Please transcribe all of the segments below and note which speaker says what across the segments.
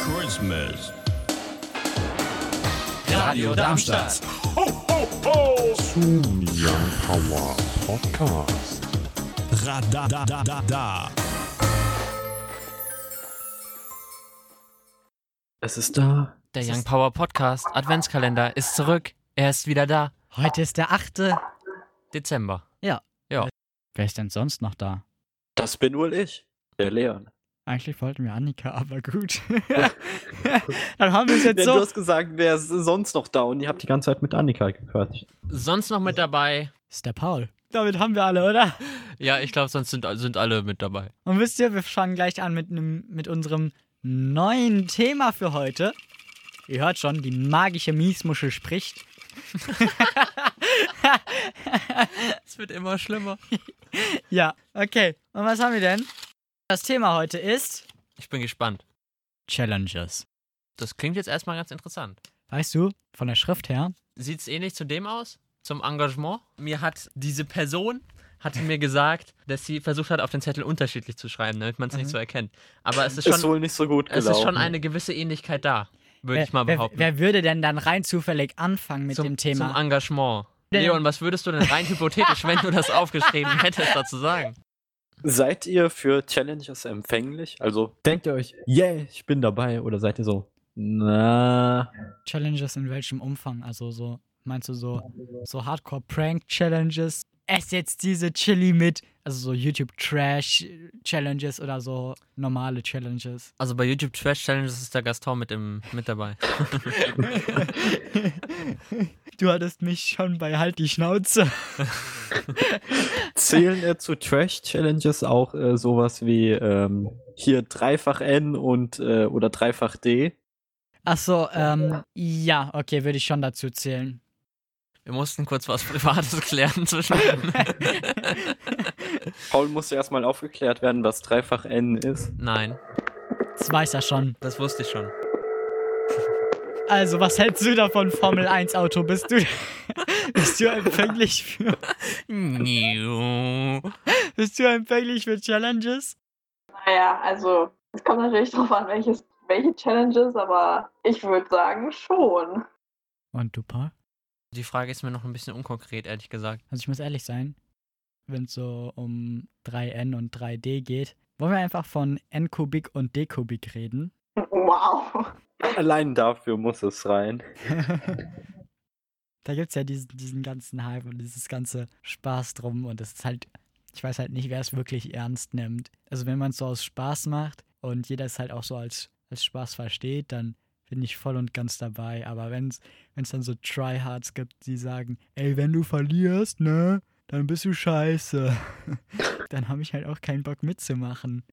Speaker 1: Orgasmus. Radio Darmstadt.
Speaker 2: Zum Young Power Podcast.
Speaker 1: Radadadada. da, da, da, da.
Speaker 3: Es ist da.
Speaker 4: Der Young Power Podcast Adventskalender ist zurück. Er ist wieder da.
Speaker 5: Heute ist der 8.
Speaker 4: Dezember.
Speaker 5: Wer ist denn sonst noch da?
Speaker 3: Das bin wohl ich, der Leon.
Speaker 5: Eigentlich wollten wir Annika, aber gut. Dann haben wir es jetzt
Speaker 3: Denn du
Speaker 5: so.
Speaker 3: hast gesagt, wer ist sonst noch da? Und ihr habt die ganze Zeit mit Annika gehört.
Speaker 4: Sonst noch mit dabei?
Speaker 5: Ist der Paul. Damit haben wir alle, oder?
Speaker 4: Ja, ich glaube, sonst sind, sind alle mit dabei.
Speaker 5: Und wisst ihr, wir fangen gleich an mit, nem, mit unserem neuen Thema für heute. Ihr hört schon, die magische Miesmuschel spricht.
Speaker 4: Es wird immer schlimmer.
Speaker 5: Ja, okay. Und was haben wir denn? Das Thema heute ist
Speaker 4: Ich bin gespannt.
Speaker 5: Challenges.
Speaker 4: Das klingt jetzt erstmal ganz interessant.
Speaker 5: Weißt du, von der Schrift her,
Speaker 4: Sieht es ähnlich zu dem aus? Zum Engagement? Mir hat diese Person hatte mir gesagt, dass sie versucht hat, auf den Zettel unterschiedlich zu schreiben, damit man es nicht so erkennt. Aber es ist
Speaker 3: Ist
Speaker 4: schon,
Speaker 3: wohl nicht so gut
Speaker 4: es
Speaker 3: gelaufen.
Speaker 4: ist schon eine gewisse Ähnlichkeit da, würde
Speaker 5: wer,
Speaker 4: ich mal
Speaker 5: wer,
Speaker 4: behaupten.
Speaker 5: wer würde denn dann rein zufällig anfangen mit
Speaker 4: zum,
Speaker 5: dem Thema?
Speaker 4: Zum Engagement.
Speaker 5: Denn-
Speaker 4: Leon, was würdest du denn rein hypothetisch, wenn du das aufgeschrieben hättest, dazu sagen?
Speaker 3: Seid ihr für Challenges empfänglich? Also denkt ihr euch, yeah, ich bin dabei? Oder seid ihr so, na,
Speaker 5: Challenges in welchem Umfang? Also so, meinst du so, so Hardcore-Prank-Challenges? Ess jetzt diese Chili mit, also so YouTube-Trash-Challenges oder so normale Challenges.
Speaker 4: Also bei YouTube Trash Challenges ist der Gaston mit, im, mit dabei.
Speaker 5: Du hattest mich schon bei Halt die Schnauze.
Speaker 3: zählen äh, zu Trash-Challenges auch äh, sowas wie ähm, hier dreifach N und äh, oder dreifach D?
Speaker 5: Ach so, ähm, ja, okay, würde ich schon dazu zählen.
Speaker 4: Wir mussten kurz was Privates klären zwischen.
Speaker 3: Paul musste erstmal aufgeklärt werden, was dreifach N ist.
Speaker 4: Nein,
Speaker 5: Das weiß er schon.
Speaker 4: das wusste ich schon.
Speaker 5: Also, was hältst du davon, Formel-1-Auto? Bist du, bist du empfänglich für,
Speaker 4: Niu.
Speaker 5: bist du empfänglich für Challenges?
Speaker 6: Naja, also es kommt natürlich drauf an, welches, welche Challenges, aber ich würde sagen schon.
Speaker 5: Und du, Paul?
Speaker 4: Die Frage ist mir noch ein bisschen unkonkret, ehrlich gesagt.
Speaker 5: Also ich muss ehrlich sein, wenn es so um 3n und 3d geht, wollen wir einfach von n-Kubik und d-Kubik reden.
Speaker 6: Wow.
Speaker 3: Allein dafür muss es rein.
Speaker 5: Da gibt es ja diesen, diesen ganzen Hype und dieses ganze Spaß drum und es ist halt, ich weiß halt nicht, wer es wirklich ernst nimmt. Also wenn man es so aus Spaß macht und jeder es halt auch so als, als Spaß versteht, dann bin ich voll und ganz dabei. Aber wenn es dann so Tryhards gibt, die sagen, ey, wenn du verlierst, ne, dann bist du scheiße. dann habe ich halt auch keinen Bock mitzumachen.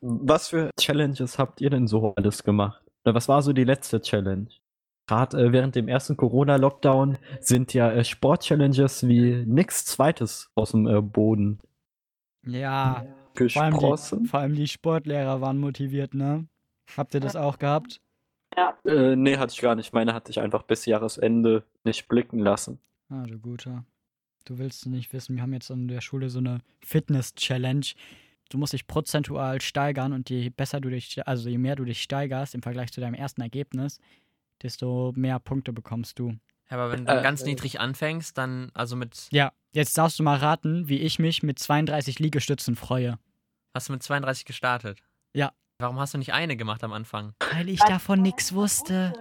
Speaker 3: Was für Challenges habt ihr denn so alles gemacht? Oder was war so die letzte Challenge? Gerade äh, während dem ersten Corona-Lockdown sind ja äh, Sport-Challenges wie nichts Zweites aus dem äh, Boden
Speaker 5: Ja, vor allem, die,
Speaker 3: gesprossen.
Speaker 5: vor allem die Sportlehrer waren motiviert, ne? Habt ihr das auch gehabt?
Speaker 3: Äh, nee, hatte ich gar nicht. Meine hatte ich einfach bis Jahresende nicht blicken lassen.
Speaker 5: Ah, du Guter. Du willst nicht wissen, wir haben jetzt an der Schule so eine Fitness-Challenge. Du musst dich prozentual steigern und je besser du dich, also je mehr du dich steigerst im Vergleich zu deinem ersten Ergebnis, desto mehr Punkte bekommst du.
Speaker 4: Ja, aber wenn du dann
Speaker 3: Äh,
Speaker 4: ganz
Speaker 3: äh.
Speaker 4: niedrig anfängst, dann, also mit.
Speaker 5: Ja, jetzt darfst du mal raten, wie ich mich mit 32 Liegestützen freue.
Speaker 4: Hast du mit 32 gestartet?
Speaker 5: Ja.
Speaker 4: Warum hast du nicht eine gemacht am Anfang?
Speaker 5: Weil ich davon nichts wusste.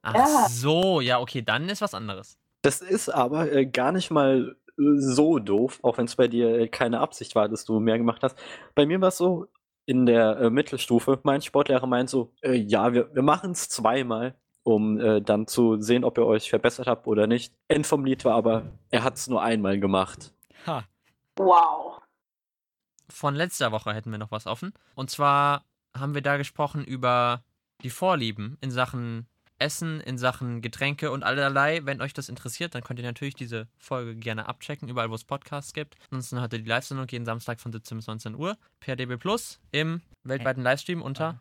Speaker 4: Ach
Speaker 6: Ja.
Speaker 4: so, ja, okay, dann ist was anderes.
Speaker 3: Das ist aber äh, gar nicht mal äh, so doof, auch wenn es bei dir äh, keine Absicht war, dass du mehr gemacht hast. Bei mir war es so, in der äh, Mittelstufe, mein Sportlehrer meint so, äh, ja, wir, wir machen es zweimal, um äh, dann zu sehen, ob ihr euch verbessert habt oder nicht. End vom Lied war aber, er hat es nur einmal gemacht.
Speaker 5: Ha.
Speaker 6: Wow.
Speaker 4: von letzter Woche hätten wir noch was offen. Und zwar haben wir da gesprochen über die Vorlieben in Sachen Essen, in Sachen Getränke und allerlei. Wenn euch das interessiert, dann könnt ihr natürlich diese Folge gerne abchecken, überall wo es Podcasts gibt. Ansonsten hört ihr die Live-Sendung jeden Samstag von 17 bis 19 Uhr per DB Plus im weltweiten Livestream unter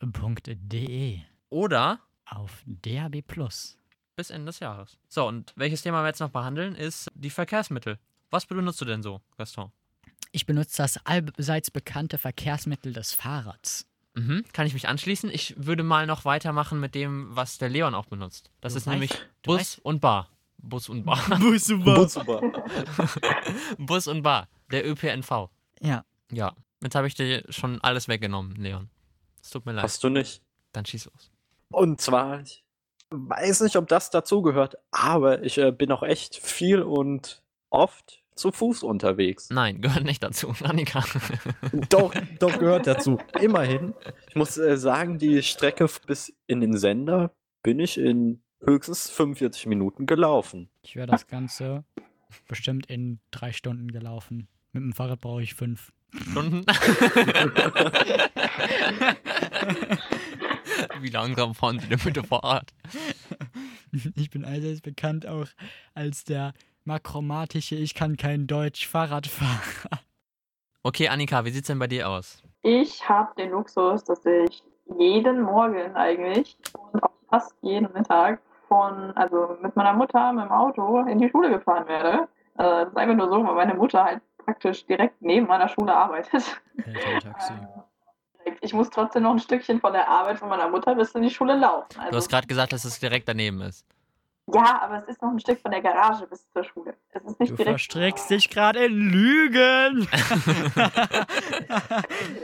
Speaker 5: live.radiodarmstadt.de
Speaker 4: oder
Speaker 5: auf DAB+.
Speaker 4: bis Ende des Jahres. So, und welches Thema wir jetzt noch behandeln, ist die Verkehrsmittel. Was benutzt du denn so, Gaston?
Speaker 5: Ich benutze das allseits bekannte Verkehrsmittel des Fahrrads.
Speaker 4: Mhm, kann ich mich anschließen? Ich würde mal noch weitermachen mit dem, was der Leon auch benutzt. Das
Speaker 5: Du
Speaker 4: ist
Speaker 5: weißt-
Speaker 4: nämlich
Speaker 5: du
Speaker 4: Bus
Speaker 5: weißt-
Speaker 4: und Bar. Bus und Bar.
Speaker 3: Gut, super.
Speaker 4: Bus und Bar. Der ÖPNV.
Speaker 5: Ja.
Speaker 4: Ja. Jetzt habe ich dir schon alles weggenommen, Leon. Es tut mir leid.
Speaker 3: Hast du nicht.
Speaker 4: Dann schieß los.
Speaker 3: Und zwar, ich weiß nicht, ob das dazugehört, aber ich äh, bin auch echt viel und oft zu Fuß unterwegs.
Speaker 4: Nein, gehört nicht dazu, Annika.
Speaker 3: Doch, doch gehört dazu. Immerhin. Ich muss äh, sagen, die Strecke f- bis in den Sender bin ich in höchstens 45 Minuten gelaufen.
Speaker 5: Ich wäre das Ganze bestimmt in drei Stunden gelaufen. Mit dem Fahrrad brauche ich fünf.
Speaker 4: Stunden. Wie langsam fahren Sie denn bitte vor Ort?
Speaker 5: Ich bin allseits bekannt auch als der makromatische, ich kann kein Deutsch Fahrradfahrer.
Speaker 4: Okay, Annika, wie sieht's denn bei dir aus?
Speaker 6: Ich habe den Luxus, dass ich jeden Morgen eigentlich und auch fast jeden Mittag von, also mit meiner Mutter mit dem Auto in die Schule gefahren werde. Äh, das ist einfach nur so, weil meine Mutter halt praktisch direkt neben meiner Schule arbeitet.
Speaker 7: Elterntaxi.
Speaker 6: Ich muss trotzdem noch ein Stückchen von der Arbeit von meiner Mutter bis in die Schule laufen.
Speaker 4: Du hast
Speaker 6: Also,
Speaker 4: gerade gesagt, dass es direkt daneben ist.
Speaker 6: ja, aber es ist noch ein Stück von der Garage bis zur Schule. Es ist nicht
Speaker 5: Du
Speaker 6: direkt.
Speaker 5: verstrickst dich gerade in Lügen.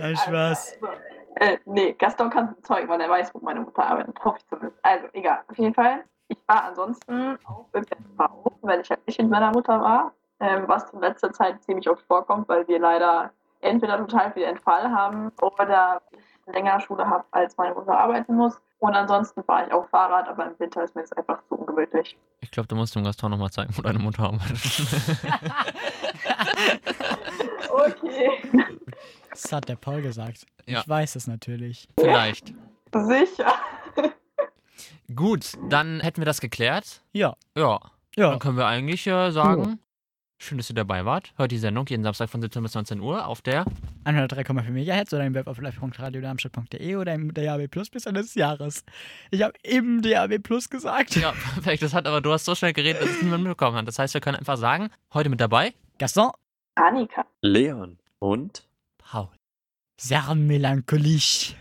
Speaker 5: Ein Spaß.
Speaker 6: Also, äh, nee, Gaston kann es bezeugen, weil er weiß, wo meine Mutter arbeitet. Hoffe ich zumindest. Also, egal. Auf jeden Fall, ich war ansonsten auch im SV, weil ich halt nicht mit meiner Mutter war, ähm, was in letzter Zeit ziemlich oft vorkommt, weil wir leider entweder total viel Entfall haben oder ich länger Schule habe, als meine Mutter arbeiten muss. Und ansonsten fahre ich auch Fahrrad, aber im Winter ist mir das einfach zu ungemütlich.
Speaker 4: Ich glaube, du musst dem Gaston nochmal zeigen, wo deine Mutter arbeitet.
Speaker 6: Okay.
Speaker 5: Das hat der Paul gesagt.
Speaker 4: Ja.
Speaker 5: Ich weiß es natürlich.
Speaker 4: Vielleicht.
Speaker 6: Sicher.
Speaker 4: Gut, dann hätten wir das geklärt.
Speaker 5: Ja.
Speaker 4: Ja,
Speaker 5: Ja.
Speaker 4: dann können wir eigentlich äh, sagen, schön, dass ihr dabei wart. Hört die Sendung jeden Samstag von 17 bis 19 Uhr auf der
Speaker 5: 103,4 MHz oder im Web auf live.radiodarmstadt.de oder im DAB Plus bis Ende des Jahres. Ich habe im DAB Plus gesagt.
Speaker 4: Ja, perfekt. Das hat aber du hast so schnell geredet, dass es niemand mitbekommen hat. Das heißt, wir können einfach sagen, heute mit dabei,
Speaker 5: Gaston,
Speaker 6: Annika.
Speaker 3: Leon. Und?
Speaker 4: Paul.
Speaker 5: sehr melancholisch.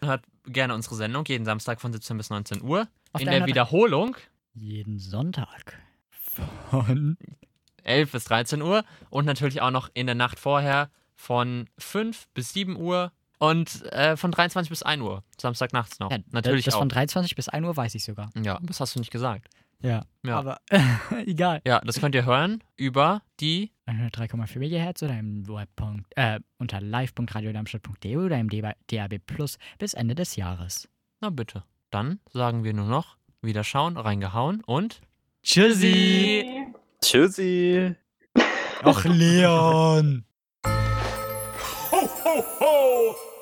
Speaker 4: Hört gerne unsere Sendung jeden Samstag von 17 bis 19 Uhr.
Speaker 5: Auf
Speaker 4: In
Speaker 5: der
Speaker 4: der
Speaker 5: 103
Speaker 4: Wiederholung
Speaker 5: Jeden Sonntag. Von
Speaker 4: 11 bis 13 Uhr und natürlich auch noch in der Nacht vorher von 5 bis 7 Uhr und äh, von 23 bis 1 Uhr. Samstagnachts noch.
Speaker 5: Ja,
Speaker 4: natürlich
Speaker 5: Äh, Das
Speaker 4: auch.
Speaker 5: von 23 bis 1 Uhr weiß ich sogar.
Speaker 4: Ja, das hast du nicht gesagt.
Speaker 5: Ja.
Speaker 4: Ja.
Speaker 5: Aber egal.
Speaker 4: Ja, das könnt ihr hören über die
Speaker 5: 103,4 MHz oder im Webpunkt, äh, unter live.radiodarmstadt.de oder im DAB Plus bis Ende des Jahres.
Speaker 4: Na bitte. Dann sagen wir nur noch wieder schauen, reingehauen und
Speaker 5: Tschüssi!
Speaker 3: Tschüssi.
Speaker 5: Ach, Leon!
Speaker 2: Ho, ho, ho!